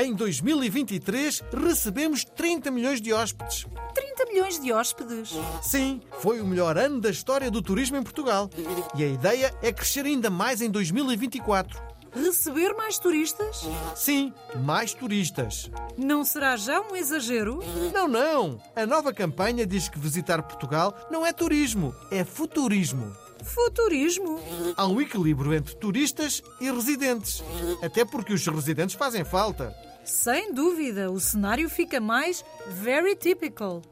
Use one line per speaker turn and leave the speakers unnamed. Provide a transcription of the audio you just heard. Em 2023, recebemos 30 milhões de hóspedes.
30 milhões de hóspedes.
Sim, foi o melhor ano da história do turismo em Portugal. E a ideia é crescer ainda mais em 2024.
Receber mais turistas?
Sim, mais turistas.
Não será já um exagero?
Não, não! A nova campanha diz que visitar Portugal não é turismo, é futurismo.
Futurismo?
Há um equilíbrio entre turistas e residentes. Até porque os residentes fazem falta.
Sem dúvida, o cenário fica mais very typical.